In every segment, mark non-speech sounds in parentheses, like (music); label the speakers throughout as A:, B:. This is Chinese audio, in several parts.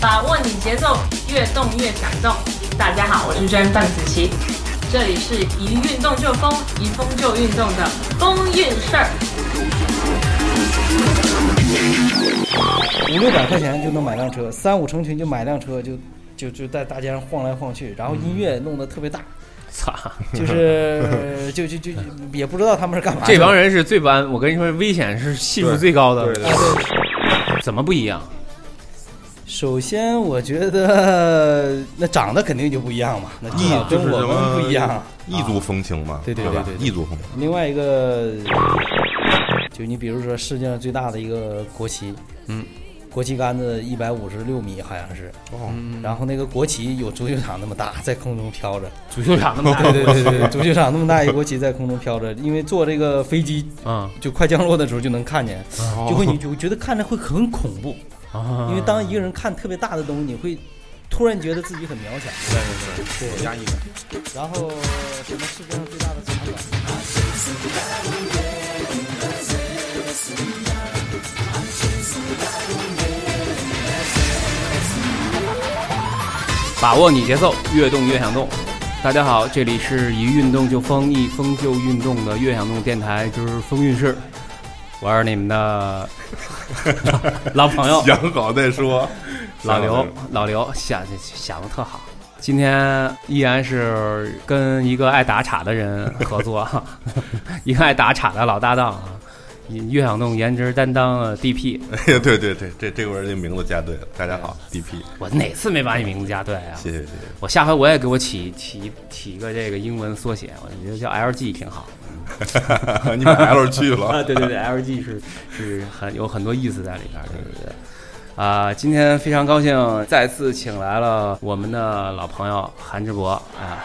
A: 把握你节奏，越动越感动。大家好，我是主持人范子琪，这里是一运动就疯，一疯就运动的风韵事儿。
B: 五六百块钱就能买辆车，三五成群就买辆车，就就就在大街上晃来晃去，然后
C: 嗯
B: 音乐弄得特别大，
D: 操！
B: 就是
C: (laughs)
B: 就就就就也不知道他们是干嘛的。
D: 这帮人是最不安，我跟你说，危险是系数最高的，怎么不一样？
B: 首先，我觉得那长得肯定就不一样嘛，那至
C: 异
B: 少
C: 就
B: 跟
C: 是什
B: 我们不一样
C: 么。异族风情嘛，
B: 啊对对
C: 吧
B: 对对？对
C: 异族风情，
B: 另外一个，就你比如说世界上最大的一个国旗，
D: 嗯，
B: 国旗杆子一百五十六米好像是，
C: 哦，
B: 然后那个国旗有足球场那么大，在空中飘着。
D: 足球场那么
B: 对对对对，对足球场那么大一个国旗在空中飘着，因为坐这个飞机
D: 大啊
B: 就快降落的时候就能看见，
C: 哦
B: 就会你就觉得看着会很恐怖，
D: 啊！
B: 因为当一个人看特别大的东西，你会突然觉得自己很渺小。对对，压抑感。然后什么世界上最大的茶馆？
D: 把握你节奏，越动越想动。大家好，这里是一运动就疯，一疯就运动的越想动电台，就是风韵事。我是你们的 (laughs) 老朋友
C: 想好
D: (laughs)
C: 再说。
D: 哎老
C: 想好
D: 刘
C: 再说，
D: 老刘想想的特好。今天依然是跟一个爱打岔的人合作， (laughs) 一个爱打岔的老搭档啊，越想动颜值担当啊 DP。
C: 哎呀，对对对，这这个人这名字加对了。大家好，DP，
D: 我哪次没把你名字加对啊？
C: 谢谢谢谢。
D: 我下回我也给我起起起一个这个英文缩写，我觉得叫 LG 挺好。
C: (laughs) 你买 L 去
D: 啊， (laughs)
C: 了，
D: 对对对，LG 是是很有很多意思在里边儿，对对对。啊、今天非常高兴再次请来了我们的老朋友韩志博啊，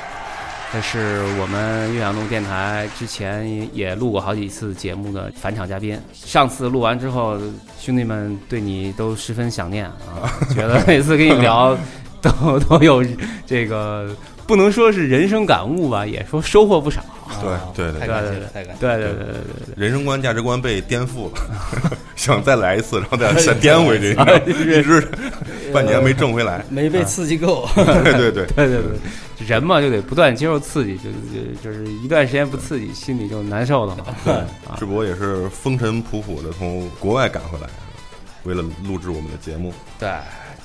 D: 这是我们岳阳路电台之前也录过好几次节目的返场嘉宾。上次录完之后，兄弟们对你都十分想念 (laughs) 啊，觉得每次跟你聊都都有这个不能说是人生感悟吧，也说收获不少。
B: 啊
C: 对对对
B: 太感谢了，太感谢了。
D: 对对对对对。
C: 人生观、价值观被颠覆了，
D: (laughs)
C: 想再来一次，然后再再颠回去，
D: 哎
C: 一直
D: (laughs)
C: 半年没挣回来。
B: 没被刺激够， (laughs)
C: 对对对，
D: 对对对，人嘛就得不断接受刺激，就就就是一段时间不刺激，心里就难受了嘛。啊
C: 智博也是风尘仆仆的从国外赶回来，为了录制我们的节目。
D: (laughs) 对，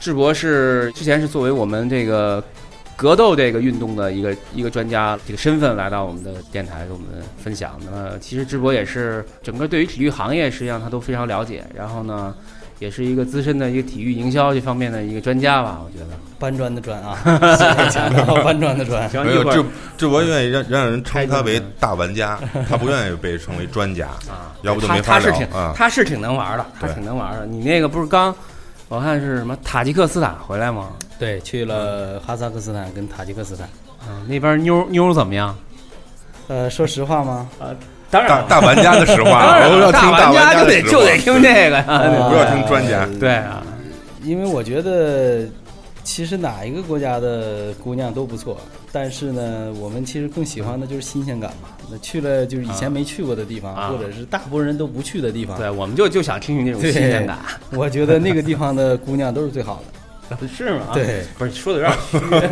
D: 智博是之前是作为我们这个格斗这个运动的一个一个专家这个身份来到我们的电台给我们分享的。那其实智博也是整个对于体育行业实际上他都非常了解，然后呢。也是一个资深的一个体育营销这方面的一个专家吧，我觉得。
B: 搬砖的砖
C: (laughs)
B: 啊，搬砖的砖。 (laughs)
D: 行，
C: 没
D: 一
C: 有
D: 会
C: 智
D: 儿
C: 智博愿意让让人称他为大玩家，他不愿意被称为专家，
D: 啊，
C: 要不就
D: 他
C: 没法
D: 他是
C: 聊
D: 挺
C: 啊。
D: 他是挺能玩的，他
C: 对
D: 挺能玩的。你那个不是刚，我看是什么塔吉克斯坦回来吗？
B: 对，去了哈萨克斯坦跟塔吉克斯坦。
D: 啊，那边妞妞怎么样？
B: 呃，说实话吗？
D: 当
C: 大大玩家的实话，啊
D: 当然
C: 我要
D: 了，
C: 听
D: 玩
C: 玩
D: 就
C: 的哦
D: 得
C: 实话，
D: 就得听这个
C: (laughs)
D: 呀。
C: 哎不要听专家
B: 呃
D: (laughs) 对啊，
B: 因为我觉得，其实哪一个国家的姑娘都不错，但是呢，我们其实更喜欢的就是新鲜感嘛。那去了就是以前没去过的地方，
D: 啊
B: 或者是大部分人都不去的地方，
D: 对，我们就就想听听这种
B: 对
D: 新鲜感，
B: 我觉得那个地方的姑娘都是最好
C: (laughs)
B: 的。
D: (laughs) 是吗？
B: 对，
D: 不是说的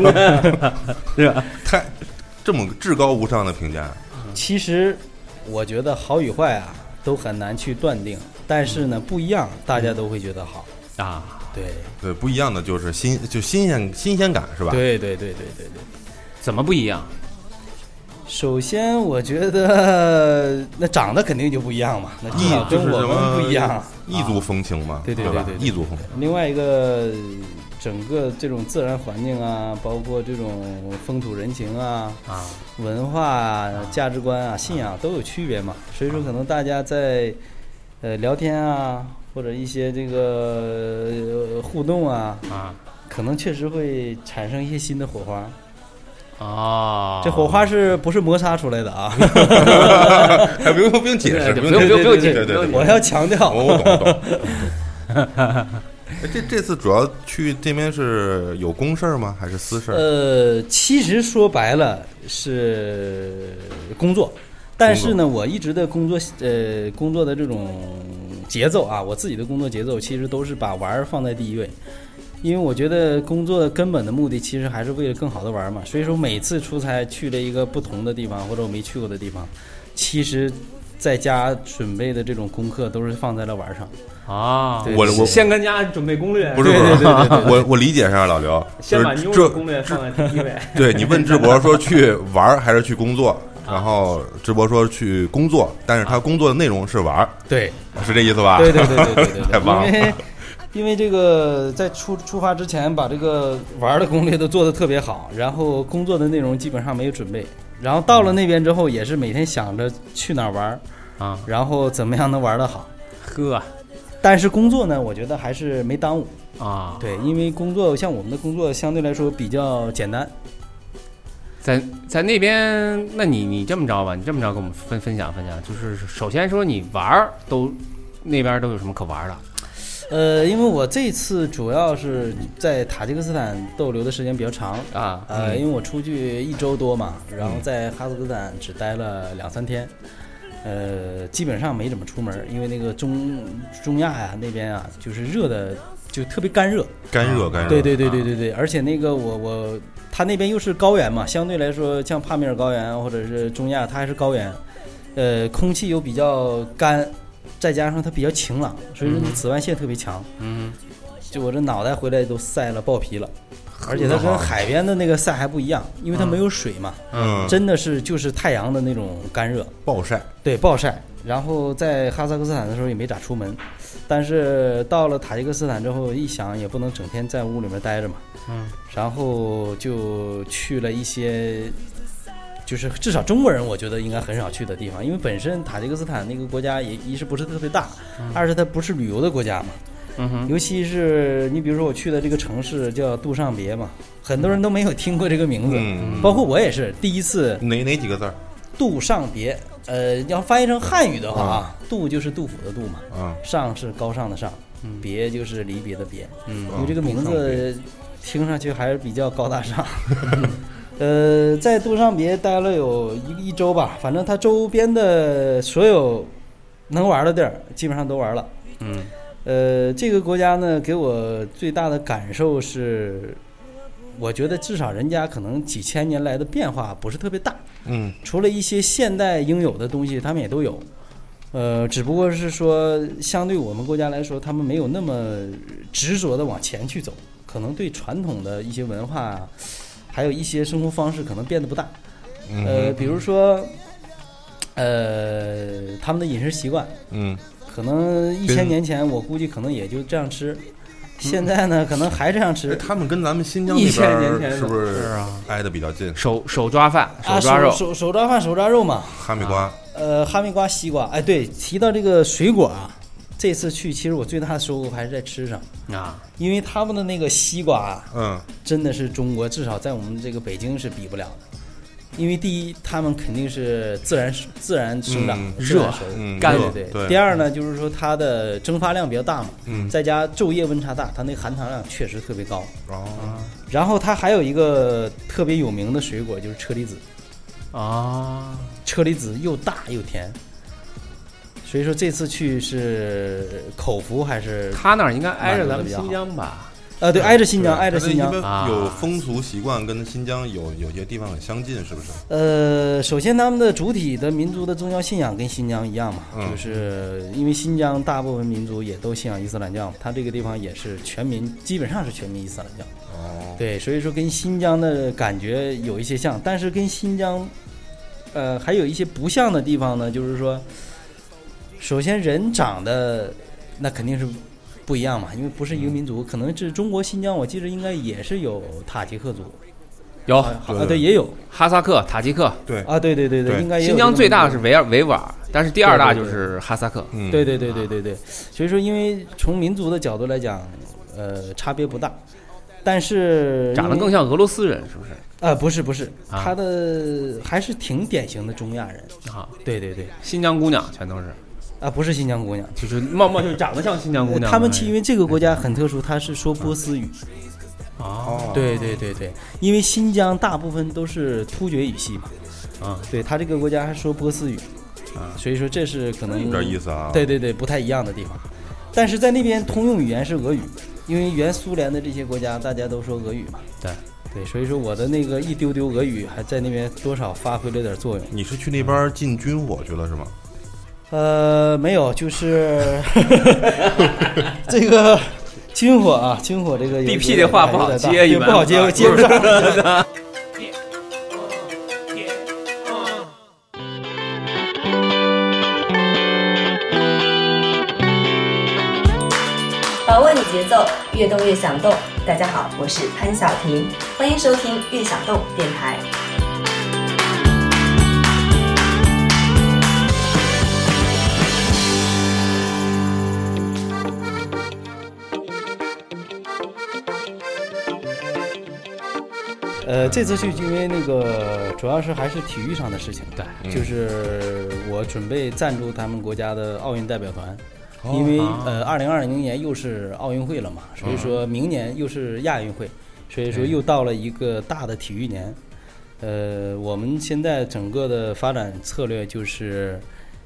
D: 有点
C: (laughs)
D: 虚， (laughs) 是吧？
C: 太这么至高无上的评价，
B: 其实，我觉得好与坏啊，都很难去断定，但是呢，不一样，大家都会觉得好。
D: 啊，
B: 对，
C: 对，不一样的就是新就新鲜新鲜感是吧？
B: 对对对对对对。
D: 怎么不一样？
B: 首先，我觉得那长得肯定就不一样嘛，那至
C: 异
B: 少
C: 就
B: 啊跟
C: 是
B: 我
C: 什
B: 们
C: 么
B: 不一样。
C: 异族风情嘛，
B: 对对
C: 吧
B: 对对？对
C: 异族风情， (laughs)
B: 另外一个，整个这种自然环境啊，包括这种风土人情啊、
D: 啊，
B: 文化、啊、价值观啊、信仰都有区别嘛。所以说，可能大家在呃聊天啊，或者一些这个、呃互动啊，
D: 啊
B: 可能确实会产生一些新的火花。
D: 哦，
B: 这火花是不是摩擦出来的啊？
C: 还哎不用不用解释，
D: 对对
C: 用
D: 不用不用解释不用
C: 对对对
D: 解释
C: 对
B: (laughs) 我要强调，
C: 我我懂我懂。 (laughs) 哎这这次主要去这边是有公事儿吗？还是私事儿？
B: 呃，其实说白了是工作，但是呢，我一直的工作呃工作的这种节奏啊，我自己的工作节奏其实都是把玩儿放在第一位。因为我觉得工作根本的目的其实还是为了更好的玩嘛，所以说每次出差去了一个不同的地方或者我没去过的地方，其实在家准备的这种功课都是放在了玩上。
D: 啊，
B: 对
C: 我我
E: 先跟家准备攻略，
C: 不是不
B: 对对
C: 是
B: 对对，
C: 我我理解上老刘，就
E: 先把
C: 是
E: 妞的
C: 这
E: 攻略放在第一位。
C: 对你问智博说去玩儿还是去工作，然后智博说去工作，但是他工作的内容是玩儿，
B: 对，
C: 是这意思吧？
B: 对对对对对对
C: 啊太棒了
B: 对，因为因为这个在出出发之前把这个玩儿的攻略都做得特别好，然后工作的内容基本上没有准备，然后到了那边之后也是每天想着去哪儿玩儿，
D: 啊，
B: 然后怎么样能玩得好。
D: 呵
B: 但是工作呢，我觉得还是没耽误。
D: 啊，
B: 对，因为工作像我们的工作相对来说比较简单，
D: 在在那边，那你你这么着吧，你这么着跟我们分分享分享，就是首先说你玩儿都那边都有什么可玩儿的？
B: 呃，因为我这次主要是在塔吉克斯坦逗留的时间比较长，
D: 啊，
B: 呃，
D: 嗯
B: 因为我出去一周多嘛，然后
D: 嗯
B: 在哈萨克斯坦只待了两三天，呃，基本上没怎么出门，因为那个中中亚呀、那边啊，就是热的就特别干热，
C: (laughs) 干热干热，
B: 对
D: 啊
B: 对对对对对，而且那个我我它那边又是高原嘛，相对来说像帕米尔高原或者是中亚，它还是高原，呃，空气又比较干，再加上它比较晴朗，所以说你紫外线特别强，
D: 嗯，
B: 就我这脑袋回来都晒了爆皮了。而且它
C: 啊
B: 跟海边的那个晒还不一样，因为它没有水嘛，
C: 嗯，
B: 真的是就是太阳的那种干热，
C: 暴晒，
B: 对，暴晒。然后在哈萨克斯坦的时候也没咋出门，但是到了塔吉克斯坦之后，一想也不能整天在屋里面待着嘛，
D: 嗯，
B: 然后就去了一些，就是至少中国人我觉得应该很少去的地方，因为本身塔吉克斯坦那个国家也一是不是特别大，二是它不是旅游的国家嘛，
D: 嗯哼，
B: 尤其是你比如说我去的这个城市叫杜尚别嘛，很多人都没有听过这个名字，
C: 嗯，
B: 包括我也是第一次
C: 哪哪几个字儿？
B: 杜尚别，呃，要翻译成汉语的话啊，杜就是杜甫的杜嘛，
C: 嗯，
B: 上是高尚的上，别就是离别的别，
D: 嗯
B: 因为这个名
C: 杜尚别
B: 字听上去还是比较高大
D: (laughs)
B: 上。呃，在杜尚别待了有一一周吧，反正它周边的所有能玩的地儿基本上都玩了。
D: 嗯
B: 呃，这个国家呢，给我最大的感受是，我觉得至少人家可能几千年来的变化不是特别大，
C: 嗯
B: 除了一些现代应有的东西，他们也都有。呃，只不过是说，相对我们国家来说，他们没有那么执着的往前去走，可能对传统的一些文化，还有一些生活方式，可能变得不大。呃，
C: 嗯
B: 比如说，呃，他们的饮食习惯，
C: 嗯，
B: 可能一千年前我估计可能也就这样吃，现在呢可能还这样
C: 哎
B: 吃。
C: 他们跟咱们新疆
E: 一
C: 那边
E: 千年前
C: 儿
E: 的
C: 是不
D: 是
C: 是
D: 啊，
C: 挨得比较近？
D: 手哎手抓饭，
B: 啊，
D: 抓肉，
B: 手手抓饭，手抓肉嘛。
C: 哈密瓜，
B: 呃，哈密瓜、西瓜，哎，对，提到这个水果啊，这次去其实我最大的收获还是在吃上，
D: 啊，
B: 因为他们的那个西瓜啊，
C: 嗯，
B: 真的是中国至少在我们这个北京是比不了的。因为第一，他们肯定是自然自然生长、
C: 嗯
B: 自然
D: 热
B: 熟
C: 嗯
D: 干
C: 热
B: 对对
C: 对
B: 第二呢，就是说它的蒸发量比较大嘛，
C: 嗯
B: 再加昼夜温差大，它那含糖量确实特别高。
C: 哦，
B: 然后它还有一个特别有名的水果就是车厘子，
D: 啊，
B: 车厘子又大又甜，所以说这次去是口福还是
D: 他那儿应该挨着咱们新疆吧？
B: 呃对，挨着新疆，
C: 对
B: 挨着新疆
C: 它。的一
D: 啊
C: 般有风俗习惯跟新疆有有些地方很相近，是不是？
B: 呃，首先他们的主体的民族的宗教信仰跟新疆一样嘛，
C: 嗯
B: 就是因为新疆大部分民族也都信仰伊斯兰教嘛，它这个地方也是全民，基本上是全民伊斯兰教。
C: 哦，
B: 对，所以说跟新疆的感觉有一些像，但是跟新疆，呃，还有一些不像的地方呢，就是说，首先人长得那肯定是不一样嘛，因为不是一个民族，可能是中国新疆，我记得应该也是有塔吉克族，
D: 有
B: 啊
C: 对
B: 啊对，也有
D: 哈萨克、塔吉克，
C: 对，
B: 啊，对对对
C: 对
B: 应该也有
D: 新疆
B: 这
D: 最
B: 么
D: 大
B: 一
D: 是
B: 个。
D: 维尔维吾尔，但是第二大
B: 对
D: 就
B: 对对
D: 是哈萨克。
C: 嗯，
B: 对对对对对对，所以说，因为从民族的角度来讲，呃，差别不大，但是
D: 长得
B: 因为
D: 更像俄罗斯人，是不是？
B: 呃不是不是，
D: 啊
B: 他的还是挺典型的中亚人，
D: 啊，
B: 对对对，
D: 新疆姑娘全都是，
B: 啊，不是新疆姑娘，呃
D: 就是貌貌就长得像新疆姑娘的那种。
B: 他们其因为这个国家很特殊，它是说波斯语。
D: 啊
C: 哦，
B: 对对对对，因为新疆大部分都是突厥语系嘛，
D: 啊
B: 对他这个国家还说波斯语，
D: 啊
B: 所以说这是可能
C: 有点意思啊。
B: 对对对，不太一样的地方。但是在那边通用语言是俄语，因为原苏联的这些国家大家都说俄语嘛，
D: 对
B: 对，所以说我的那个一丢丢俄语还在那边多少发挥了点作用。
C: 你是去那边进军火去了是吗？
B: 呃，没有，就是 (laughs) 这个军火啊，军火这个有
D: DP 这话不好接
B: 有点大对
D: 一般啊
B: 不好接，我接不上。
F: 把握你节奏，越动越想动。大家好，我是潘晓婷，欢迎收听《越想动》电台。
B: 呃，这次去因为那个主要是还是体育上的事情，
D: 对，
B: 就是我准备赞助他们国家的奥运代表团，因为呃，二零二零年又是奥运会了嘛，所以说明年又是亚运会，所以说又到了一个大的体育年。呃，我们现在整个的发展策略就是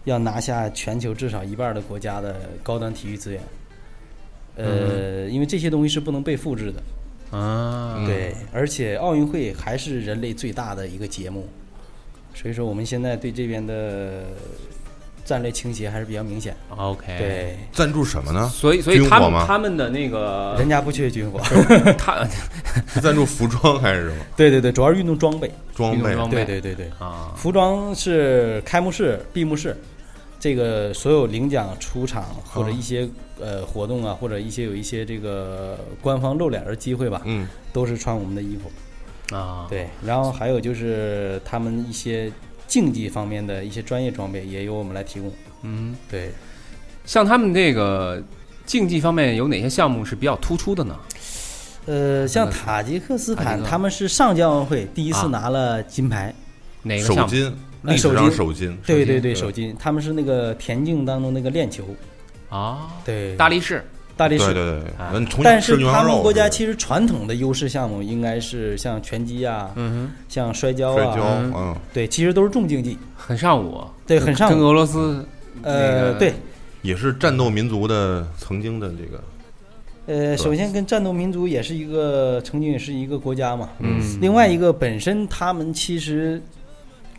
B: 要拿下全球至少一半的国家的高端体育资源。呃，因为这些东西是不能被复制的，
D: (laughs) 啊，
B: 对，而且奥运会还是人类最大的一个节目，所以说我们现在对这边的战略倾斜还是比较明显。
D: ，OK，，
B: 对，
C: 赞助什么呢？
D: 所以所以
C: 军
D: 他
C: 火
D: 们
C: 吗？
D: 他们的那个
B: 人家不缺军火， (laughs)
D: 他 (laughs)
C: 是赞助服装还是什么
B: 对对对，主要是运动装备。
C: 装备
D: 运？动装备
B: 对对对对，
D: 啊，
B: 服装是开幕式、闭幕式，这个所有领奖出场或者一些呃活动啊，或者一些有一些这个官方露脸的机会吧，
C: 嗯，
B: 都是穿我们的衣服。
D: 啊，
B: 对，然后还有就是他们一些竞技方面的一些专业装备也由我们来提供。
D: 嗯，
B: 对，
D: 像他们这个竞技方面有哪些项目是比较突出的呢？
B: 呃，像塔吉克斯
D: 塔吉
B: 坦，
D: 克
B: 他们是上届奥运会第一
D: 啊
B: 次拿了金牌。
D: 哪个
C: 手
D: 项目？
C: 巾，
B: 呃
C: 历史上
B: 手
C: 手巾，
B: 对对
D: 手
B: 对，
C: 对
B: 手巾，他们是那个田径当中那个链球。
D: 啊，
B: 对，
D: 大力士
B: 大力
C: 对
B: 士。
C: 对对，
D: 啊
C: 那你从
B: 但
C: 小吃
B: 是
C: 牛
B: 他
C: 羊
B: 们
C: 肉，
B: 国家其实传统的优势项目应该是像拳击啊，
D: 嗯
B: 像摔跤
C: 摔
B: 啊，
C: 跤，
D: 嗯
C: 嗯，
B: 对，其实都是重竞技，
D: 很上午，
B: 对，很上
D: 跟
B: 头。
D: 俄罗斯那
B: 呃，
D: 个
B: 对，
C: 也是战斗民族的曾经的这个
B: 呃，
C: 吧
B: 首先跟战斗民族也是一个，曾经也是一个国家嘛。
D: 嗯
B: 另外一个，本身他们其实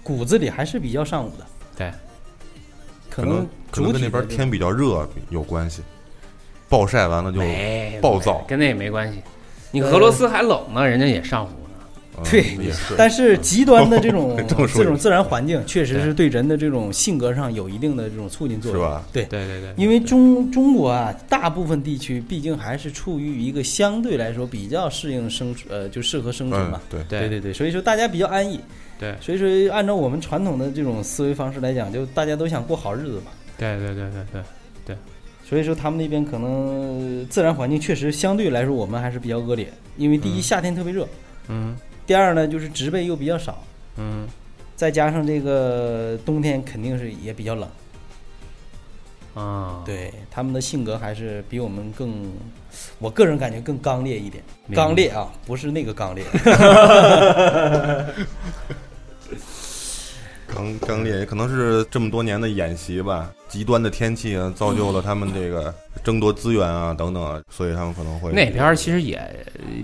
B: 骨子里还是比较尚武的，
D: 对，
B: 可
C: 能
B: 能
C: 可
B: 主
C: 能
B: 体
C: 跟那边
B: 的这个
C: 天比较热有关系，暴晒完了就
D: 没
C: 暴躁
D: 跟那也没关系。你俄罗斯还冷呢，人家也上午呢。
C: 嗯
B: (laughs) 对
C: 也是，
B: 但是极端的这种
C: (laughs) 这么
B: 这
C: 说
B: 种自然环境，确实是对人的这种性格上有一定的这种促进作
C: 是
B: 用。
C: 吧？
B: 对，
D: 对对对，
B: 因为中中国啊，大部分地区毕竟还是处于一个相对来说比较适应生存，呃，就适合生存
C: 嗯
B: 嘛。，
C: 对，
D: 对
B: 对对，所以说大家比较安逸。
D: 对
B: 所以说按照我们传统的这种思维方式来讲，就大家都想过好日子嘛。
D: 对对对对对，
B: 所以说他们那边可能自然环境确实相对来说我们还是比较恶劣，因为第一
D: 嗯
B: 夏天特别热，
D: 嗯
B: 第二呢就是植被又比较少，
D: 嗯，
B: 再加上这个冬天肯定是也比较冷。
D: 哦啊，
B: 对，他们的性格还是比我们更，我个人感觉更刚烈一点。
D: 明白
B: 刚烈啊，不是那个刚
D: (laughs)
B: 烈。
C: 刚刚烈，也可能是这么多年的演习吧，极端的天气啊，造就了他们这个争夺资源啊等等啊，所以他们可能会
D: 那边儿其实也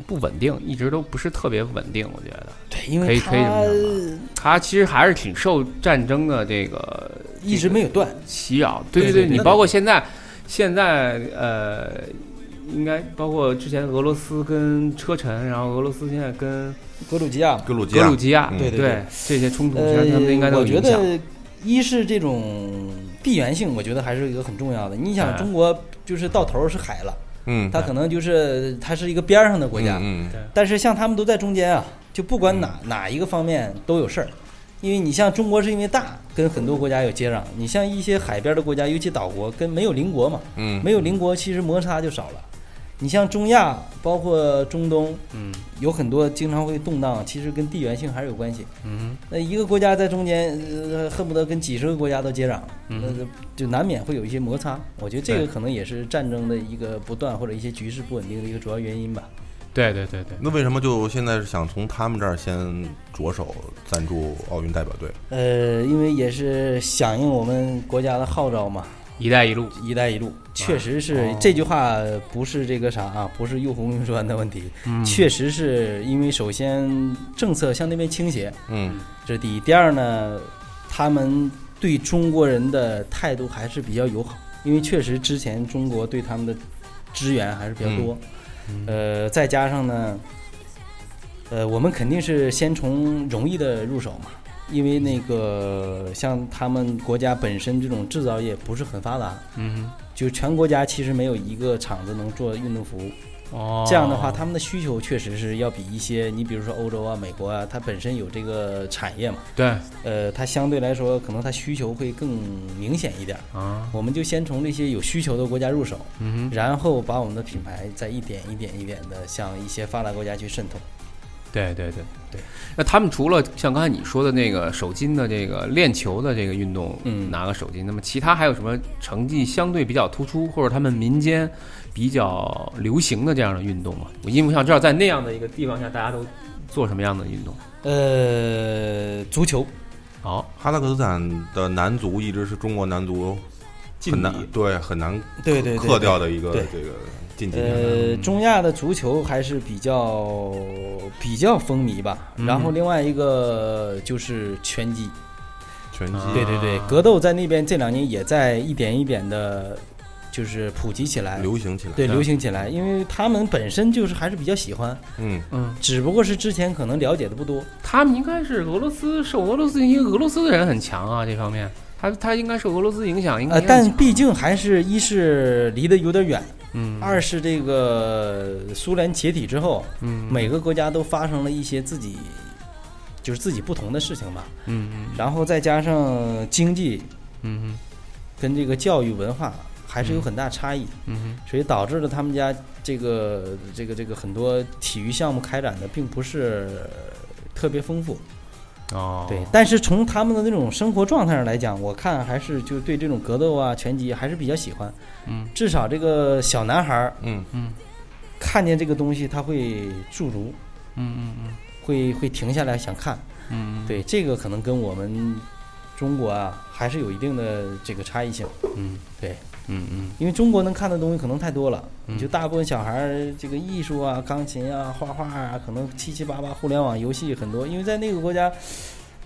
D: 不稳定，一直都不是特别稳定，我觉得。
B: 对，因
D: 可以
B: 为
D: 可以这
B: 他
D: 么想他其实还是挺受战争的这个
B: 一直没有断。
D: 袭扰。对
B: 对
D: 对，
B: 对
D: 你
B: 那
D: 包括现在，现在呃，应该包括之前俄罗斯跟车臣，然后俄罗斯现在跟
B: 格鲁吉亚嘛，
C: 格鲁吉
D: 格
C: 亚
D: 鲁吉亚，
C: 嗯
B: 对对对
D: 这些冲突，其
B: 呃
D: 实他们应该都
B: 我
D: 有
B: 觉
D: 影响。
B: 得一是这种地缘性，我觉得还是一个很重要的。你想，
D: 嗯
B: 中国就是到头儿是海了，
C: 嗯，
B: 它可能就是它是一个边儿上的国家，
C: 嗯，嗯
B: 但是像他们都在中间啊，就不管哪
D: 嗯
B: 哪一个方面都有事儿。因为你像中国是因为大，跟很多国家有接壤；你像一些海边的国家，尤其岛国，跟没有邻国嘛，
C: 嗯，
B: 没有邻国，其实摩擦就少了。你像中亚，包括中东，
D: 嗯
B: 有很多经常会动荡，其实跟地缘性还是有关系。
D: 嗯
B: 那一个国家在中间，呃，恨不得跟几十个国家都接壤，
D: 嗯
B: 那就就难免会有一些摩擦。我觉得这
D: 对
B: 个可能也是战争的一个不断或者一些局势不稳定的一个主要原因吧。
D: 哼，对对对对，
C: 那为什么就现在是想从他们这儿先着手赞助奥运代表队？
B: 呃，因为也是响应我们国家的号召嘛，
D: 一带一路，
B: “一带一路”，确实是、
D: 哦
B: 这句话不是这个啥啊，不是用红用专的问题，
D: 嗯
B: 确实是因为首先政策向那边倾斜，
C: 嗯
B: 这是第一。第二呢，他们对中国人的态度还是比较友好，因为确实之前中国对他们的支援还是比较多。
D: 嗯
B: 呃，再加上呢，呃，我们肯定是先从容易的入手嘛，因为那个像他们国家本身这种制造业不是很发达，
D: 嗯
B: 就全国家其实没有一个厂子能做运动服务。
D: 哼，哦，
B: 这样的话，他们的需求确实是要比一些你比如说欧洲啊、美国啊，它本身有这个产业嘛。
D: 对
B: 呃，它相对来说可能它需求会更明显一点儿。
D: 啊，
B: 我们就先从这些有需求的国家入手，
D: 嗯哼，
B: 然后把我们的品牌再一点一点一点的向一些发达国家去渗透。
D: 对对对
B: 对。
D: 那他们除了像刚才你说的那个手巾的这个练球的这个运动，
B: 嗯
D: 拿个手巾，那么其他还有什么成绩相对比较突出，或者他们民间比较流行的这样的运动吗？我因为我想知道在那样的一个地方下，大家都做什么样的运动？哦
B: 呃，足球，
D: 好、
C: 哈萨克斯坦的男足一直是中国男足很
E: 劲
C: 难
E: 敌，
C: 对很难
B: 对对对，
C: 克掉的一个
B: 对
C: 这个晋级。
B: 呃，中亚的足球还是比较比较风靡吧。然后另外一个就是拳击，
C: 拳击，
B: 对对对
D: 啊，
B: 格斗在那边这两年也在一点一点的，就是普及起来，
C: 流行起来。
B: 对，
D: 对
B: 流行起来，因为他们本身就是还是比较喜欢，
C: 嗯，
D: 嗯，
B: 只不过是之前可能了解的不多。
D: 他们应该是俄罗斯受俄罗斯，因为俄罗斯人很强啊，这方面，他他应该受俄罗斯影响，应该
B: 呃，
D: 也很
B: 但
D: 强
B: 毕竟还是一是离得有点远，
D: 嗯
B: 二是这个苏联解体之后，
D: 嗯
B: 每个国家都发生了一些自己就是自己不同的事情吧。
D: 嗯嗯
B: 然后再加上经济
D: 嗯
B: 跟这个教育文化还是有很大差异，
D: 嗯嗯
B: 所以导致了他们家这个这个这个很多体育项目开展的并不是特别丰富。
D: 哦，
B: 对，但是从他们的那种生活状态上来讲，我看还是就对这种格斗啊、拳击还是比较喜欢。
D: 嗯，
B: 至少这个小男孩儿
C: 嗯
B: 看见这个东西，他会驻足，
D: 嗯嗯嗯
B: 会会停下来想看。
D: 嗯，
B: 对，这个可能跟我们中国啊还是有一定的这个差异性。
D: 嗯
B: 对，
D: 嗯嗯
B: 因为中国能看的东西可能太多了，
D: 嗯
B: 你就大部分小孩儿这个艺术啊、钢琴啊、画画啊，可能七七八八互联网游戏很多。因为在那个国家，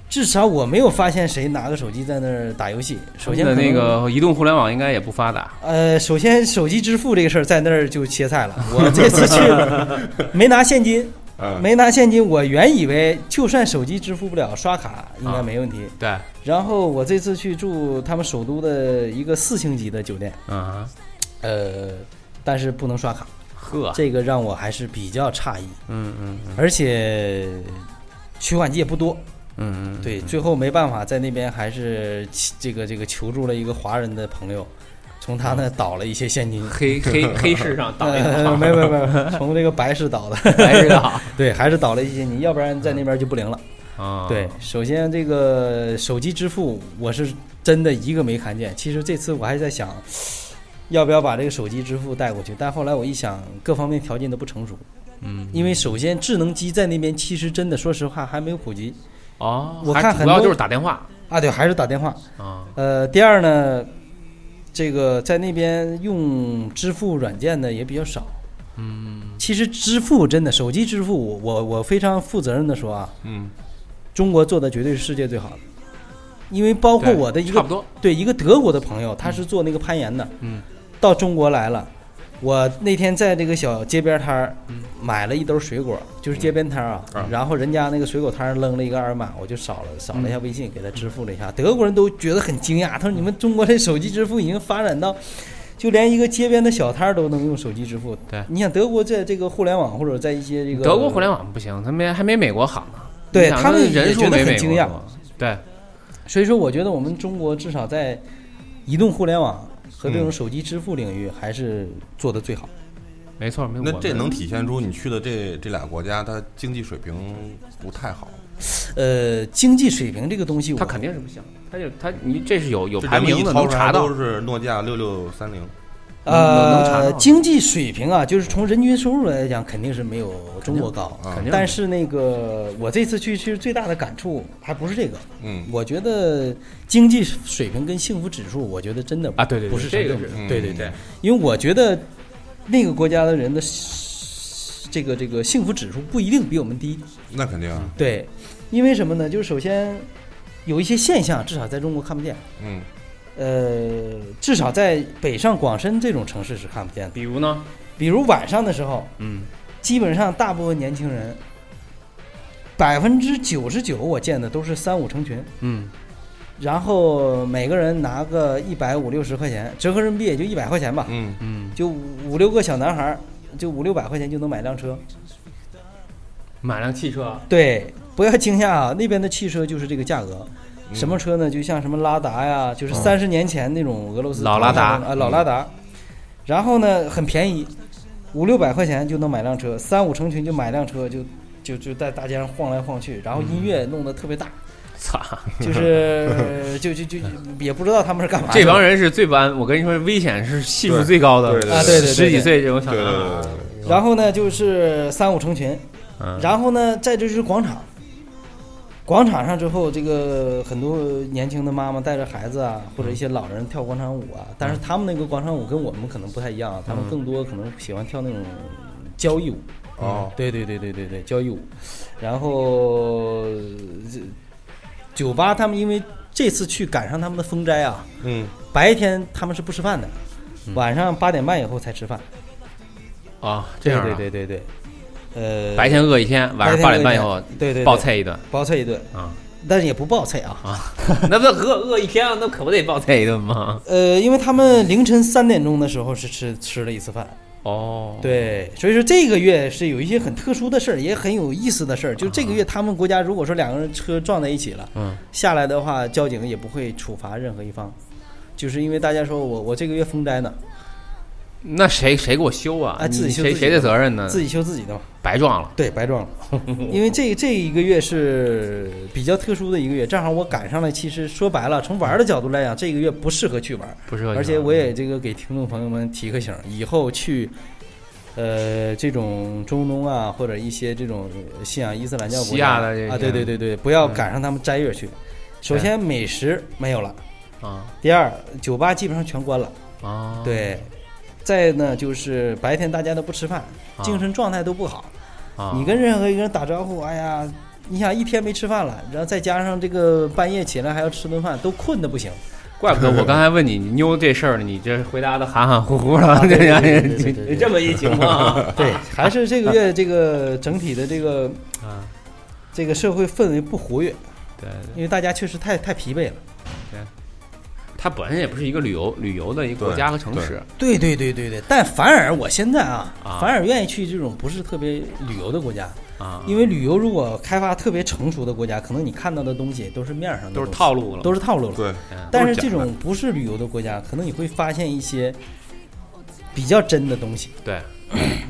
B: 至少我没有发现谁拿个手机在那儿打游戏。首先
D: 的
B: 可能
D: 那个移动互联网应该也不发达，
B: 呃，首先手机支付这个事儿在那儿就切菜了。我这次去
D: (laughs)
B: 没拿现金，
D: 啊
C: 嗯，
B: 没拿现金，我原以为就算手机支付不了，刷卡应
D: 啊
B: 该没问题。
D: 对，
B: 然后我这次去住他们首都的一个四星级的酒店，
D: 嗯
B: 呃，但是不能刷卡。
D: 呵，
B: 这个让我还是比较诧异，
D: 嗯嗯嗯
B: 而且取款机也不多。
D: 嗯嗯，
B: 对，最后没办法，在那边还是起这个这个求助了一个华人的朋友，从他那倒了一些现
D: (laughs)
B: 金。
D: 黑黑黑市上倒一
B: 呃， (laughs) 没有没有没
D: (laughs)
B: 有，从这个白市倒的，
D: 哎白市倒
B: (laughs) 对，还是倒了一些现金，要不然在那边就不灵了。(laughs)
D: 啊，
B: 对，首先这个手机支付，我是真的一个没看见。其实这次我还在想，要不要把这个手机支付带过去，但后来我一想，各方面条件都不成熟。
D: 嗯，
B: 因为首先智能机在那边其实真的，说实话还没有普及
D: 哦，
B: 我
D: 还
B: 看
D: 主
B: 很
D: 要
B: 多
D: 就是打电话
B: 啊。对，还是打电话。
D: 啊，
B: 呃，第二呢，这个在那边用支付软件的也比较少。嗯，其实支付真的，手机支付我，我我非常负责任的说啊，
C: 嗯，
B: 中国做的绝对是世界最好的，因为包括
D: 对
B: 我的一
D: 差
B: 个
D: 不多，
B: 对一个德国的朋友，他是做那个攀岩的，
D: 嗯，
B: 到中国来了。我那天在这个小街边摊儿
D: 嗯
B: 买了一兜水果，就是街边摊儿啊，
C: 啊
B: 然后人家那个水果摊儿扔了一个二维码，我就扫了扫了一下
D: 嗯
B: 微信，给他支付了一下。德国人都觉得很惊讶，他说：“你们中国这手机支付已经发展到，就连一个街边的小摊儿都能用手机支付。”
D: 对
B: 你想德国在这个互联网或者在一些这个
D: 德国互联网不行，他们还没美国好呢，
B: 对
D: 你想
B: 他们也
D: 人数
B: 觉得
D: 没
B: 很
D: 美
B: 惊
D: 国
B: 讶
D: 多，对，
B: 所以说，我觉得我们中国至少在移动互联网和这种手机支付领域还是做的最好。
D: 没错，没
C: 那
D: 我
C: 这
D: 们
C: 能体现出你去的这这俩国家，它经济水平不太好，
B: 呃，经济水平这个东西我，
D: 他肯定是不行，他就他你这是有有
C: 这
D: 排
C: 人们
D: 名
C: 一
D: 的，
C: 掏
D: 能
C: 出来
D: 查到
C: 都。是诺基亚六六三零，
D: 能能查
B: 呃
D: 到，
B: 经济水平啊，就是从人均收入来讲，肯定是没有中国高。
C: 啊
D: 肯定
B: 但是那个，我这次去，其实最大的感触还不是这个。
C: 嗯，
B: 我觉得经济水平跟幸福指数，我觉得真的
D: 啊，对对，
B: 不是
D: 这个
B: 成
D: 是
B: 正比
C: 嗯
B: 对对对，因为我觉得那个国家的人的这个这个幸福指数不一定比我们低。
C: 那肯定啊，
B: 对，因为什么呢？就是首先有一些现象，至少在中国看不见。
C: 嗯，
B: 呃，至少在北上广深这种城市是看不见的。
D: 比如呢，
B: 比如晚上的时候，
D: 嗯，
B: 基本上大部分年轻人，百分之九十九我见的都是三五成群，
D: 嗯，
B: 然后每个人拿个一百五六十块钱，折合人民币也就一百块钱吧，
C: 嗯
D: 嗯，
B: 就五六个小男孩儿，就五六百块钱就能买辆车。
D: 买辆汽车，
B: 对，不要惊讶啊，那边的汽车就是这个价格。
D: 嗯
B: 什么车呢？就像什么拉达呀，就是三十年前那种俄罗斯
D: 老拉达嗯
B: 啊，老拉达。然后呢，很便宜，五六百块钱就能买辆车，三五成群就买辆车，就就就在大街上晃来晃去，然后音乐弄得特别
D: (laughs)
B: 大，
D: 操，
B: 就是就就就也不知道他们是干嘛的。
D: 这帮人是最不安，我跟你说，危险是系数最高的，
C: 对对对
B: 啊对对对
D: 十几岁这种小
C: 对对
D: 男
C: 对
D: 孩，
C: 对对，
B: 然后呢，就是三五成群，
D: 嗯，
B: 然后呢，再就是广场，广场上之后，这个很多呃年轻的妈妈带着孩子啊，或者一些老人跳广场舞啊，
D: 嗯
B: 但是他们那个广场舞跟我们可能不太一样啊，他们更多可能喜欢跳那种交谊舞。
C: 哦，
B: 对对对对对对，交谊舞。然后这酒吧他们因为这次去赶上他们的风斋啊，
C: 嗯，
B: 白天他们是不吃饭的，
D: 嗯
B: 晚上八点半以后才吃饭。
D: 啊，这样啊
B: 对对对对对。呃，
D: 白天饿一天，晚上八点半以后
B: 对对对
D: 暴菜一顿
B: 包菜一顿，
D: 啊，
B: 但是也不报菜啊。
D: 那不饿饿一天，那可不得暴菜一顿吗？
B: 呃，因为他们凌晨三点钟的时候是吃吃了一次饭，
D: 哦，，
B: 对，所以说这个月是有一些很特殊的事儿，也很有意思的事儿。就这个月，他们国家如果说两个人车撞在一起了，
D: 嗯，
B: 下来的话，交警也不会处罚任何一方，就是因为大家说我我这个月封斋呢，
D: 那谁谁给我修啊？
B: 哎自己
D: 你
B: 修
D: 谁
B: 自己
D: 谁的责任呢？
B: 自己修自己的嘛，
D: 白撞了，
B: 对，白撞了。 (laughs) 因为这这一个月是比较特殊的一个月，正好我赶上了。其实说白了，从玩儿的角度来讲，这个月不适合去玩儿。
D: 不是？
B: 而且我也这个给听众朋友们提个醒儿，以后去，呃，这种中东啊，或者一些这种信仰伊斯兰教国
D: 西亚
B: 家
D: 的这些
B: 啊，对对对对，不要
D: 嗯
B: 赶上他们斋月去。首先，美食没有了；
D: 啊
B: 第二，酒吧基本上全关了。
D: 啊，
B: 对，再呢就是白天大家都不吃饭，
D: 啊
B: 精神状态都不好。
D: 啊，
B: 你跟任何一个人打招呼，哎呀，你想一天没吃饭了，然后再加上这个半夜起来还要吃顿饭，都困得不行。
D: 怪不得我刚才问你你妞这事儿，你这回答的含含糊糊的，
B: 对
D: 这
B: 对啊对对对对
D: 这这么一情况，
B: 对， (laughs) 还是这个月这个整体的这个
D: 啊，
B: 这个社会氛围不活跃，
D: 对，对
B: 因为大家确实太太疲惫了。
D: 它本身也不是一个旅游旅游的一个国家和城市，
B: 对对对对对，但反而我现在啊，
D: 啊
B: 反而愿意去这种不是特别旅游的国家，
D: 啊，
B: 因为旅游如果开发特别成熟的国家，可能你看到的东西都是面儿上的东
D: 都是
B: 西，
D: 套路了，
B: 都是套路了。
C: 对，
D: 嗯
B: 但是
C: 都是假
B: 这
C: 的
B: 种不是旅游的国家，可能你会发现一些比较真的东西。
D: 对，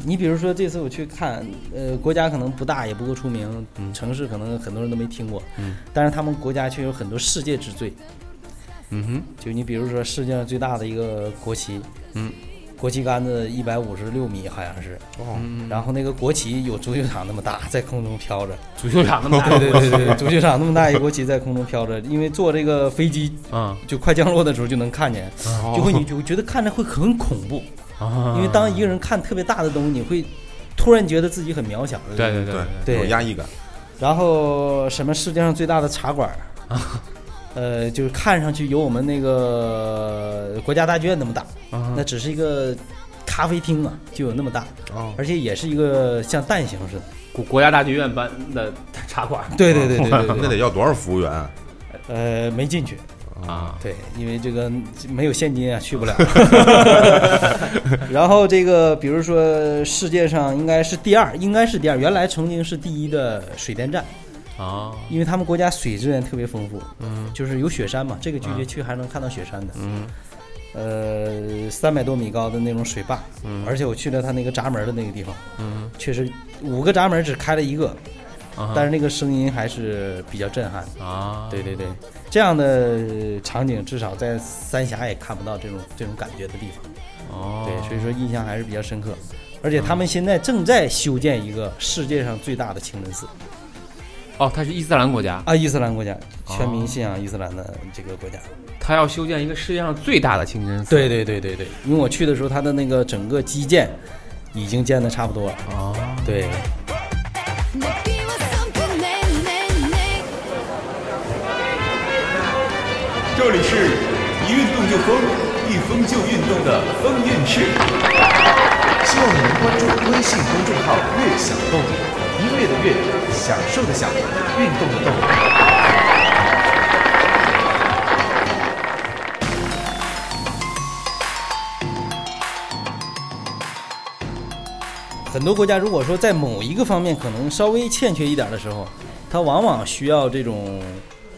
B: 你比如说这次我去看，呃，国家可能不大，也不够出名，城市可能很多人都没听过，
D: 嗯，
B: 但是他们国家却有很多世界之最。
D: 嗯哼，
B: 就你比如说世界上最大的一个国旗，
D: 嗯，
B: 国旗杆子一百五十六米好像是，
C: 哦，
B: 然后那个国旗有足球场那么大，在空中飘着。
D: 足球场那
B: (laughs)
D: 么大，
B: 对对对对，足球场那么大一个国旗在空中飘着，因为坐这个飞机
D: 嗯，
B: 就快降落的时候就能看见，
D: 哦
B: 就会你就觉得看着会很恐怖，
D: 啊，
B: 因为当一个人看特别大的东西，你会突然觉得自己很渺小。
D: 对对对
C: 哎对
B: 对
C: 有压抑感，
B: 然后什么世界上最大的茶馆儿，呃，就是看上去有我们那个国家大剧院那么大，
D: 啊
B: 那只是一个咖啡厅啊，就有那么大，
C: 哦，
B: 而且也是一个像蛋形似的。
D: 国国家大剧院般的茶馆
B: 对 (laughs) 对对对对
C: 那
B: 对，
C: 得要多少服务员啊？
B: (laughs) 呃，没进去，
D: 啊，
B: 对，因为这个没有现金啊，去不
D: (laughs)
B: 了。然后这个，比如说世界上应该是第二，应该是第二，原来曾经是第一的水电站，
D: 啊，
B: 因为他们国家水资源特别丰富，
D: 嗯
B: 就是有雪山嘛，这个季节去还能看到雪山的。呃，三百多米高的那种水坝，
D: 嗯
B: 而且我去了它那个闸门的那个地方，
D: 嗯，
B: 确实五个闸门只开了一个，
D: 啊
B: 但是那个声音还是比较震撼。
D: 啊，
B: 对对对，这样的场景至少在三峡也看不到这种这种感觉的地方。
D: 哦
B: 对，所以说印象还是比较深刻。而且他们现在正在修建一个世界上最大的清真寺
D: 哦，它是伊斯兰国家，
B: 啊，伊斯兰国家，全民信仰伊斯兰的这个国家。
D: 它要修建一个世界上最大的清真寺。
B: 对对对对对，因为我去的时候，它的那个整个基建已经建的差不多了。
D: 哦，
B: 对，
G: Maybe with something, nay, nay, nay.
H: 这里是一运动就疯，一疯就运动的疯运势。希望你能关注微信公众号“悦享动”，音乐的乐，享受的享，运动的动。
B: 很多国家如果说在某一个方面可能稍微欠缺一点的时候，它往往需要这种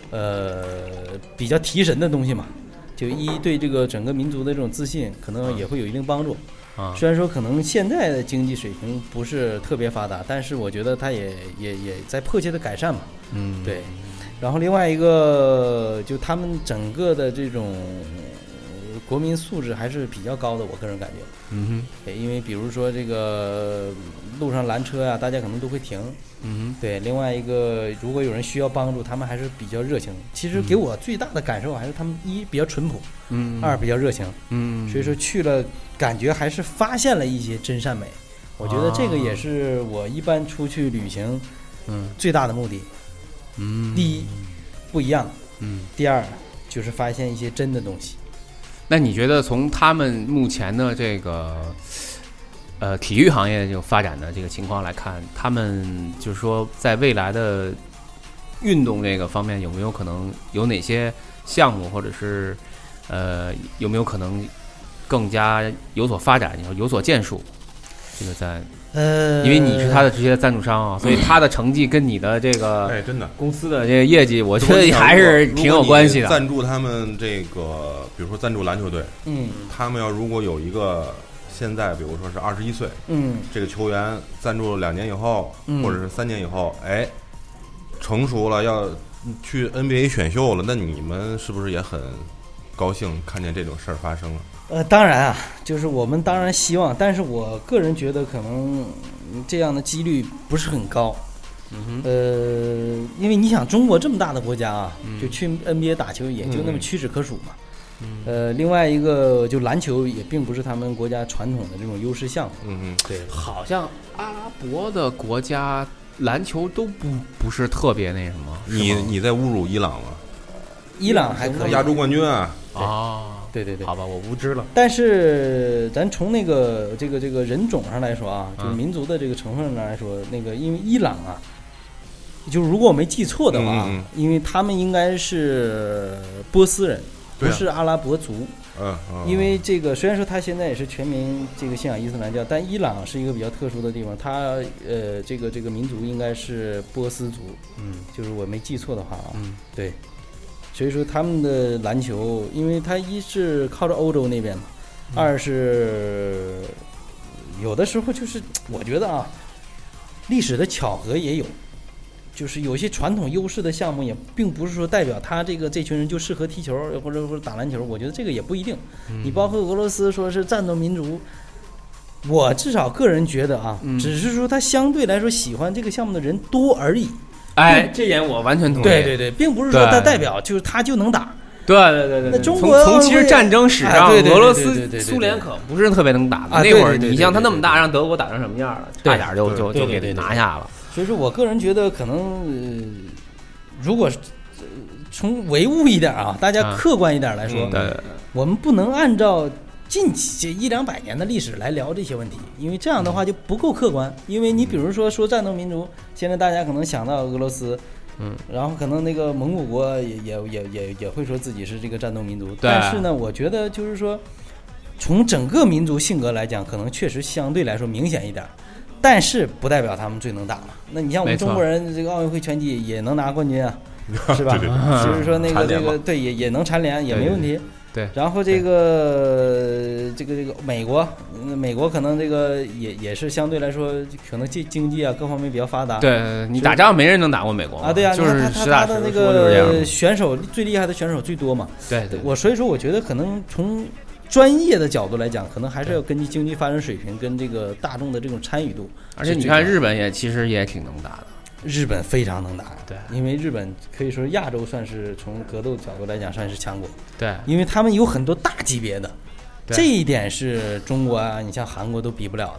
B: 呃比较提神的东西嘛，就一对这个整个民族的这种自信，可能也会有一定帮助。
D: 啊，
B: 虽然说可能现在的经济水平不是特别发达，但是我觉得它也也也在迫切的改善嘛。
D: 嗯，
B: 对，然后另外一个就他们整个的这种呃国民素质还是比较高的，我个人感觉，
D: 嗯
B: 对因为比如说这个路上拦车啊，大家可能都会停。
D: 哼，嗯
B: 对，另外一个如果有人需要帮助，他们还是比较热情。其实给我最大的感受还是他们一比较淳朴，
D: 哼，嗯，
B: 二比较热情，
D: 嗯，
B: 所以说去了感觉还是发现了一些真善美。我觉得这个也是我一般出去旅行
D: 嗯
B: 最大的目的。
D: 嗯，
B: 第一，不一样。
D: 嗯，
B: 第二就是发现一些真的东西。
D: 那你觉得从他们目前的这个呃体育行业这种发展的这个情况来看，他们就是说在未来的运动这个方面有没有可能有哪些项目，或者是呃有没有可能更加有所发展，有所建树？这个在，
B: 呃
D: 因为你是他的直接赞助商啊，所以他的成绩跟你的这个
C: 哎，真的，
D: 公司的这个业绩，我觉
C: 如果
D: 得
C: 你想
D: 还是
C: 如果
D: 挺有
C: 你
D: 关系的。
C: 赞助他们这个，比如说赞助篮球队，
B: 嗯
C: 他们要如果有一个现在，比如说是二十一岁
B: 嗯
C: 这个球员，赞助了两年以后，
B: 嗯
C: 或者是三年以后，哎，成熟了要去 NBA 选秀了，那你们是不是也很高兴看见这种事儿发生了？
B: 呃，当然啊，就是我们当然希望，但是我个人觉得可能嗯这样的几率不是很高。
D: 嗯
B: 呃，因为你想，中国这么大的国家啊，
D: 嗯
B: 就去 NBA 打球也就那么屈指可数嘛。呃，另外一个就篮球也并不是他们国家传统的这种优势项目。
C: 嗯
B: 对，
D: 好像阿拉伯的国家篮球都不不是特别那什么，
C: 嗯，你你在侮辱伊朗吗？
B: 伊朗还可以。
C: 亚洲冠军啊！
D: 哦，
B: 对对对。
D: 好吧，我无知了。
B: 但是咱从那个这个这个人种上来说啊，
D: 嗯
B: 就是民族的这个成分上来说，那个因为伊朗啊，就如果我没记错的话啊，
C: 嗯嗯
B: 因为他们应该是波斯人，
C: 对
B: 不
C: 啊
B: 是阿拉伯族。
C: 嗯，嗯
B: 因为这个虽然说他现在也是全民这个信仰伊斯兰教，但伊朗是一个比较特殊的地方，他呃这个这个民族应该是波斯族，
D: 嗯，
B: 就是我没记错的话啊，
D: 嗯，
B: 对，所以说他们的篮球，因为它一是靠着欧洲那边嘛，
D: 嗯
B: 二是有的时候就是我觉得啊，历史的巧合也有，就是有些传统优势的项目也并不是说代表他这个这群人就适合踢球或者或者打篮球，我觉得这个也不一定。
D: 嗯
B: 你包括俄罗斯说是战斗民族。我至少个人觉得啊，
D: 嗯
B: 只是说他相对来说喜欢这个项目的人多而已。
D: 哎，这点我完全同意。
B: 对对对，并不是说
D: 对
B: 他代表就是他就能打，
D: 对对对
B: 那
D: 对对
B: 中
D: 从
B: 国
D: 从其实
B: 会
D: 战争史
B: 哎
D: 上，
B: 对对对
D: 俄罗
B: 对对对
D: 斯、
B: 对对
D: 苏联可不是特别能打的。
B: 啊
D: 那
B: 对
D: 会儿
B: 对对
D: 你
B: 对
D: 像他
B: 对
D: 那么
B: 对
D: 大，让德国打成什么样了，差点就
C: 对
D: 就
B: 对
D: 就
B: 对
D: 给
B: 对对
D: 拿下了。
B: 所以说我个人觉得可能，呃、如果是、呃从唯物一点啊，大家
D: 啊
B: 客观一点来说，
C: 嗯
D: 对，
B: 我们不能按照近期这一两百年的历史来聊这些问题，因为这样的话就不够客观。因为你比如说说战斗民族，现在大家可能想到俄罗斯。
D: 嗯，
B: 然后可能那个蒙古国也也也也也会说自己是这个战斗民族，但是呢，我觉得就是说，从整个民族性格来讲，可能确实相对来说明显一点儿，但是不代表他们最能打嘛。那你像我
D: 没
B: 们
D: 错
B: 中国人，这个奥运会拳击也能拿冠军啊，是吧？
C: 对对
B: 所以说那个
C: 蝉
B: 这
C: 联嘛
B: 个对也也能蝉联也
D: 对
B: 没
D: 对
B: 问题。
D: 对
B: 然后这个这个这个美国，嗯美国可能这个也也是相对来说，可能经经济啊各方面比较发达。
D: 对对，你打仗没人能打过美国嘛
B: 啊，对啊，
D: 就
B: 你看
D: 是
B: 他他
D: 实打
B: 他的
D: 实
B: 那
D: 说就是这样
B: 个选手最厉害的选手最多嘛。
D: 对对，
B: 我所以说，我觉得可能从专业的角度来讲，可能还是要根据经济发展水平跟这个大众的这种参与度。
D: 而且
B: 是
D: 你
B: 最高
D: 看
B: 的
D: 日本也其实也挺能打的，
B: 日本非常能打，
D: 对
B: 因为日本可以说亚洲算是从格斗角度来讲算是强国，
D: 对
B: 因为他们有很多大级别的，
D: 对
B: 这一点是中国啊，你像韩国都比不了的。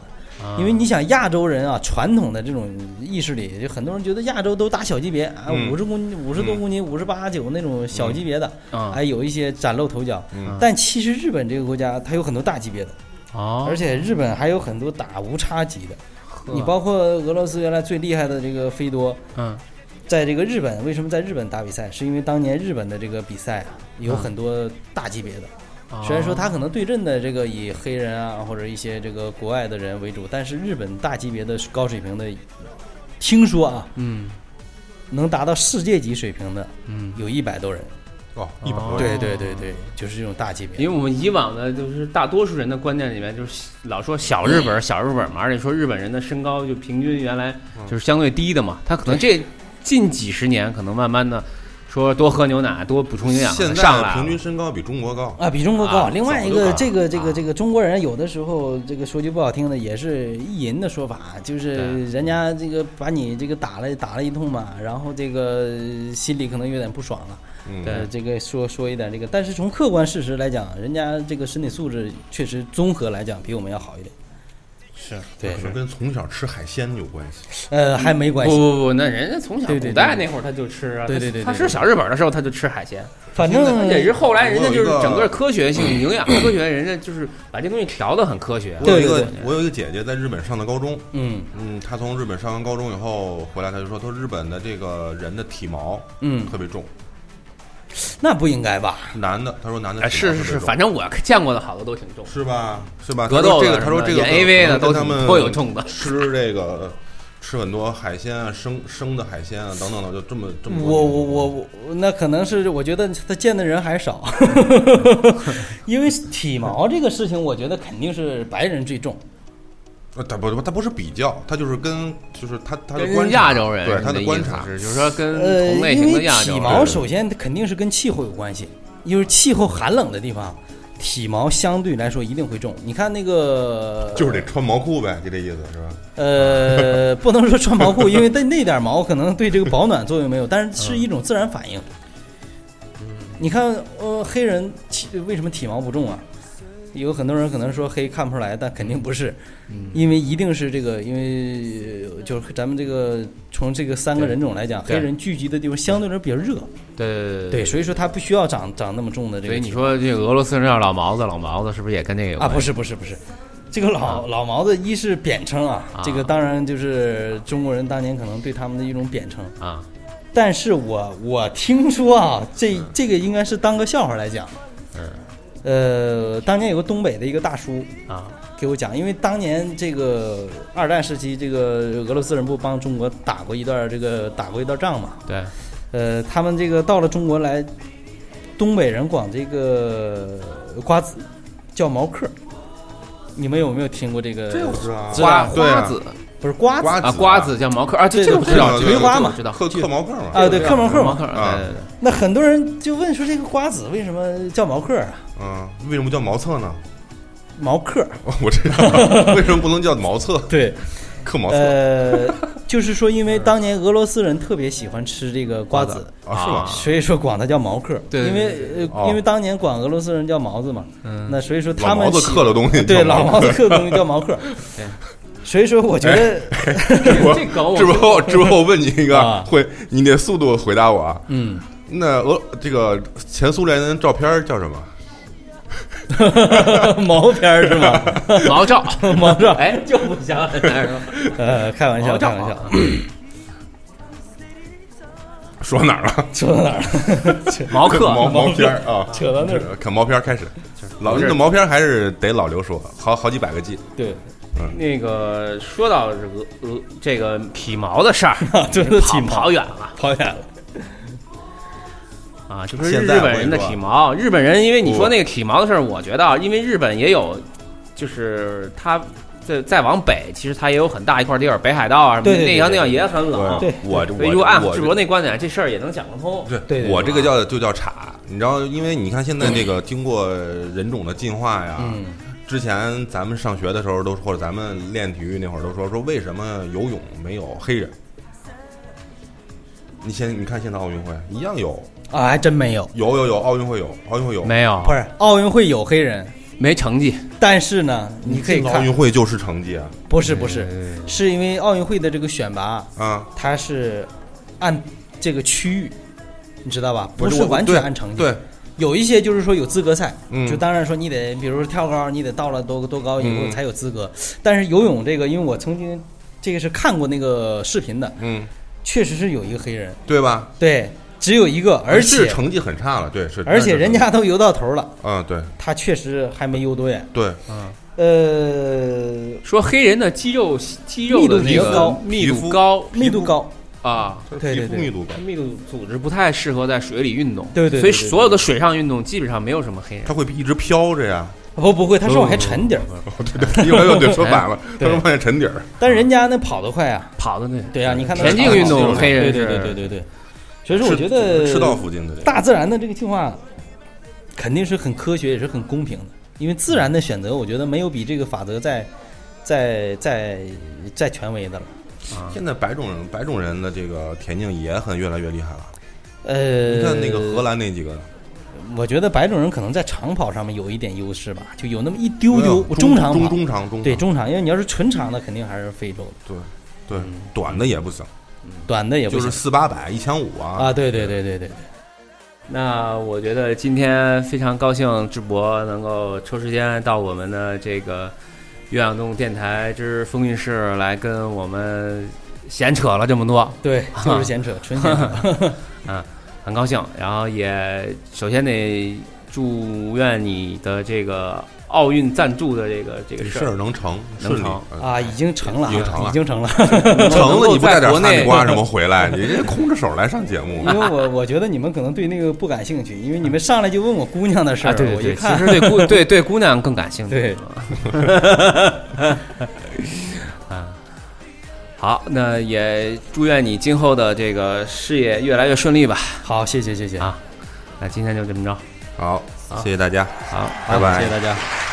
D: 啊
B: 因为你想亚洲人啊，传统的这种意识里，就很多人觉得亚洲都打小级别啊，
C: 嗯
B: 五十公斤、五十多公斤、五十八九那种小级别的，
D: 嗯啊
B: 还有一些崭露头角。
C: 嗯
B: 但其实日本这个国家，它有很多大级别的，
D: 哦，
B: 而且日本还有很多打无差级的。
D: 呵
B: 你包括俄罗斯原来最厉害的这个菲多，
D: 嗯
B: 在这个日本为什么在日本打比赛？是因为当年日本的这个比赛啊，有很多大级别的。虽然说他可能对阵的这个以黑人啊或者一些这个国外的人为主，但是日本大级别的高水平的，听说啊
D: 嗯
B: 能达到世界级水平的
D: 嗯，
B: 有一百多人。
C: 哦，一百多人，
B: 对对对对，就是这种大级别
D: 因为。我们以往的就是大多数人的观念里面，就是老说小日本小日本嘛，而且说日本人的身高就平均原来
C: 嗯
D: 就是相对低的嘛，他可能这近几十年可能慢慢的说多喝牛奶，多补充营养
C: 现
D: 上
C: 在
D: 来啊
C: 平均
D: 了，
C: 身高比中国高，
B: 啊，比中国高。
D: 啊
B: 另外一
D: 早就
B: 个，
D: 高
B: 这个这
D: 啊
B: 个这个中国人有的时候，这个说句不好听的，也是意淫的说法，就是
D: 对
B: 人家这个把你这个打了打了一通嘛，然后这个呃心里可能有点不爽了。
C: 嗯，
D: 对
B: 呃，这个说说一点这个，但是从客观事实来讲，人家这个身体素质确实综合来讲比我们要好一点。
D: 是
B: 对
C: 可，能跟从小吃海鲜有关系。
B: 呃，还没关
D: 不
B: 系，
D: 不不，那人家从小
B: 对对
D: 古代
B: 对
D: 那会儿他就吃啊，
B: 对对对
D: 他
B: 对
D: 吃
B: 对
D: 小日本的时候他就吃海鲜，
B: 反
D: 而
B: 正
D: 且是后来人家就是
C: 嗯我有一个
D: 整个科学性、营养科学，人家就是把这东西调的很科学。啊
C: 我有一
B: 对
C: 个
B: 对
C: 我有一个姐姐在日本上的高中，
B: 嗯
C: 嗯，她从日本上完高中以后回来，她就说，她说日本的这个人的体毛
B: 嗯，
C: 特别重，
B: 那不应该吧？
C: 男的，她说男的
D: 哎，
C: 体毛
D: 是
C: 特
D: 是
C: 别
D: 是，
C: 重
D: 反正我见过的好多都挺重，
C: 是吧？是吧？
D: 格斗
C: 她说
D: 的什么
C: 这个，她说这个
D: 演 AV 的
C: 可能跟
D: 都
C: 他们
D: 颇有重的。
C: 吃这个吃很多海鲜啊，生生的海鲜啊等等的，就这么这么多
B: 我
C: 年
B: 我我我，那可能是我觉得他见的人还少，
D: (laughs)
B: 因为体毛这个事情，我觉得肯定是白人最重。
C: 呃，他不不，他不是比较，他就是跟就是他他的
D: 跟
C: 观察
D: 亚洲人，
C: 对他
D: 的
C: 观察
D: 是，就是说跟
B: 呃，
D: 同类
B: 因
D: 型的
B: 为
D: 亚洲
B: 体毛
D: 人，
B: 首先肯定是跟气候有关系，因为气候寒冷的地方，体毛相对来说一定会重。你看那个，
C: 就是得穿毛裤呗，就这意思是吧？
B: 呃， (laughs) 不能说穿毛裤，因为那那点毛可能对这个保暖作用没有，但是是一种自然反应。
D: 嗯
B: 你看，呃，黑人体为什么体毛不重啊？有很多人可能说黑看不出来，但肯定不是，
D: 嗯
B: 因为一定是这个，因为呃就是咱们这个从这个三个人种来讲，黑
D: 对
B: 人聚集的地方相对来说比较热，
D: 对对
B: 对，所以说他不需要长长那么重的这
D: 所
B: 个
D: 以你
B: 体毛。
D: 说这个俄罗斯人叫老毛子，老毛子是不是也跟这个有
B: 啊，
D: 关
B: 不
D: 系？
B: 是不是不是，这个老老毛子一是贬称啊
D: 啊，
B: 这个当然就是中国人当年可能对他们的一种贬称，
D: 啊，
B: 但是我我听说啊，这这个应该是当个笑话来讲。呃，当年有个东北的一个大叔
D: 啊
B: 给我讲，因为当年这个二战时期，这个俄罗斯人不帮中国打过一段这个打过一段仗嘛，
D: 对，
B: 呃，他们这个到了中国来，东北人管这个瓜子叫毛嗑儿，你们有没有听过这个？
C: 这我知道啊
B: 知
D: 瓜
B: 道
C: 对啊
D: 瓜子
B: 不是瓜子
C: 瓜
D: 啊，
C: 子
D: 瓜子叫毛克啊，这
B: 对
D: 这个我
C: 对
D: 知道，这
C: 对
D: 个
C: 葵花
D: 我
B: 嘛
D: 知道，
C: 嗑嗑毛嗑嘛，
B: 啊，对，嗑毛嗑
D: 毛
B: 嘛。
D: 克，
C: 啊
D: 对对对
B: (laughs) 那很多人就问说这个瓜子为什么叫毛嗑儿啊？
C: 嗯，为什么叫毛厕呢？ (laughs)
B: 毛嗑儿，
C: 我知道，为什么不能叫毛厕？
B: 对，
C: 嗑毛厕
B: 呃， (laughs) 就是说因为当年俄罗斯人特别喜欢吃这个瓜子，
C: 啊，是
D: 啊
C: 吧？
B: 所以说管它叫毛嗑儿。
D: 对对
B: 因为、呃
C: 哦
B: 因为当年管俄罗斯人叫毛子嘛，
D: 嗯
B: 那所以说
C: 老
B: 他
C: 毛
B: 们
C: 子
B: 喜
C: 嗑的东
B: (laughs)
C: 西，
B: 对
C: (laughs)
B: 老毛子嗑的东西叫毛嗑儿。
D: 对
B: 所以说我觉得。
C: 这我
D: 这梗我
C: 之后之后问你一个
B: 啊，
C: 会你得速度回答我啊。
B: 嗯，
C: 那俄这个前苏联人照片叫什么？
B: 毛片儿是吗？
D: 毛照，
B: 毛照，
D: (laughs) 哎，就不想很难受，
B: 呃，开玩笑，
D: 毛照啊
B: 开玩笑，
C: 说到哪儿了？
B: 说到哪儿了？ (laughs)
D: 毛克
C: (laughs)
B: 哦
C: 毛毛片儿啊，
B: 扯到那儿
C: 看毛片儿开始。老
D: 不是
C: 那毛片儿还是得老刘说，好好几百个 G。
B: 对，
D: 那个说到这个呃这个体毛
B: (laughs)
D: 的事儿，
B: 真的
D: 跑
B: 挺
D: (laughs) 跑远了
B: 跑远了。
D: 啊，这不是
C: 现
D: 日
C: 在
D: 本人的
C: 我跟你说
D: 体毛。日本人因为你
C: 不
D: 说那个体毛的事儿，我觉得啊，因为日本也有，就是他再再往北，其实它也有很大一块地儿，北海道啊什么
B: 对对对
D: 那条那样也很冷。
B: 对
C: 我
D: 所以
C: 我
D: 如果按
C: 我
D: 志博那观点，这事儿也能讲得通。
C: 对
B: 对对
C: 我这个叫就叫岔，你知道，因为你看现在这个经过人种的进化呀，
B: 嗯，
C: 之前咱们上学的时候都或者咱们练体育那会儿都说说为什么游泳没有黑人？你现你看现在奥运会一样有，
B: 啊，还真没有，
C: 有有有奥运会有奥运会有，
D: 没有，
B: 不是奥运会有黑人，
D: 没成绩。
B: 但是呢，你可以
C: 进了奥
B: 看
C: 运，会就是成绩啊
B: 不是不是，是因为奥运会的这个选拔，
C: 啊，
B: 它是按这个区域，你知道吧？不
C: 是
B: 是
C: 我
B: 完
C: 对
B: 全按成绩，
C: 对，
B: 有一些就是说有资格赛，
C: 嗯
B: 就当然说你得，比如说跳高，你得到了多多高以后
C: 嗯
B: 才有资格。但是游泳这个，因为我曾经这个是看过那个视频的，
C: 嗯，
B: 确实是有一个黑人，
C: 对吧？
B: 对，只有一个，而
C: 是
B: 且
C: 成绩很差了，对是，
B: 而且人家都游到头了，
C: 啊，对
B: 他确实还没游多远。
C: 对，
B: 呃，
D: 说黑人的肌肉肌肉
B: 密度
D: 的那
B: 比较
D: 个
B: 高
D: 密
C: 皮
D: 度
C: 肤
D: 高
B: 密度高，
D: 啊，
B: 对对
C: 皮肤
B: 对
C: 密度高，
D: 密度组织不太适合在水里运动。
B: 对对对
D: 所以
B: 对对
D: 所有的水上运动基本上没有什么黑人
C: 它。会一直飘着呀， (laughs)
B: 不不会，他是往下沉
D: 嗯
B: 点儿，
C: 对
B: (laughs)
C: 对，一会儿又得说反了，他
B: 对
C: 说往下沉底儿，
B: 但人家那跑得快啊，
D: 跑的那
B: 对啊，你看他
D: 田径运动黑
B: 对
D: 人
B: 对
D: 是
B: 对对对对，所以说我
C: 是
B: 觉得
C: 赤道附近的这个
B: 大自然的这个进化，肯定是很科学，也是很公平的。因为自然的选择，我觉得没有比这个法则再、再、再、再权威的了。
C: 现在白种人白种人的这个田径也很越来越厉害了。
B: 呃，
C: 你看那个荷，兰那几个，
B: 我觉得白种人可能在长跑上面有一点优势吧，就有那么一丢丢。中长
C: 中
B: 跑，
C: 中长中
B: 对
C: 长
B: 中长，因为你要是纯长的，肯定还是非洲的，
C: 对短的也不行，
B: 短的也不
C: 就
B: 行、
C: 是四八百一千五啊
B: 啊。对对对对对，
D: 那我觉得今天非常高兴，智博能够抽时间到我们的这个岳阳洞电台之风韵室来跟我们闲扯了这么多，
B: 对，
C: 啊
B: 就是闲扯，纯闲
C: (laughs)
B: 扯。
D: 很高兴。然后也首先得祝愿你的这个奥运赞助的这个这个
C: 这
D: 事
C: 事
D: 儿
C: 儿能成
D: 能
C: 顺利
D: 成
C: 嗯
B: 啊，已经成了啊，
C: 已经成了
B: 已经成了。
C: (laughs) 成了你不带点
D: 能够在国
C: 哈
D: 内
C: 密瓜什么回来，你这空着手来上节目
B: (laughs) 因，为我我觉得你们可能对那个不感兴趣，因为你们上来就问我姑娘的事儿，
D: 啊，对对
B: 我一
D: 对，其
B: 看
D: 实对姑对对姑娘更感兴趣。
B: 对，
D: (laughs) 啊，好，那也祝愿你今后的这个事业越来越顺利吧。
B: 好，谢谢谢谢，
D: 啊那今天就这么着，
C: 好，谢谢大家，
D: 好。
C: 拜拜
B: 谢谢大家。
D: 拜拜。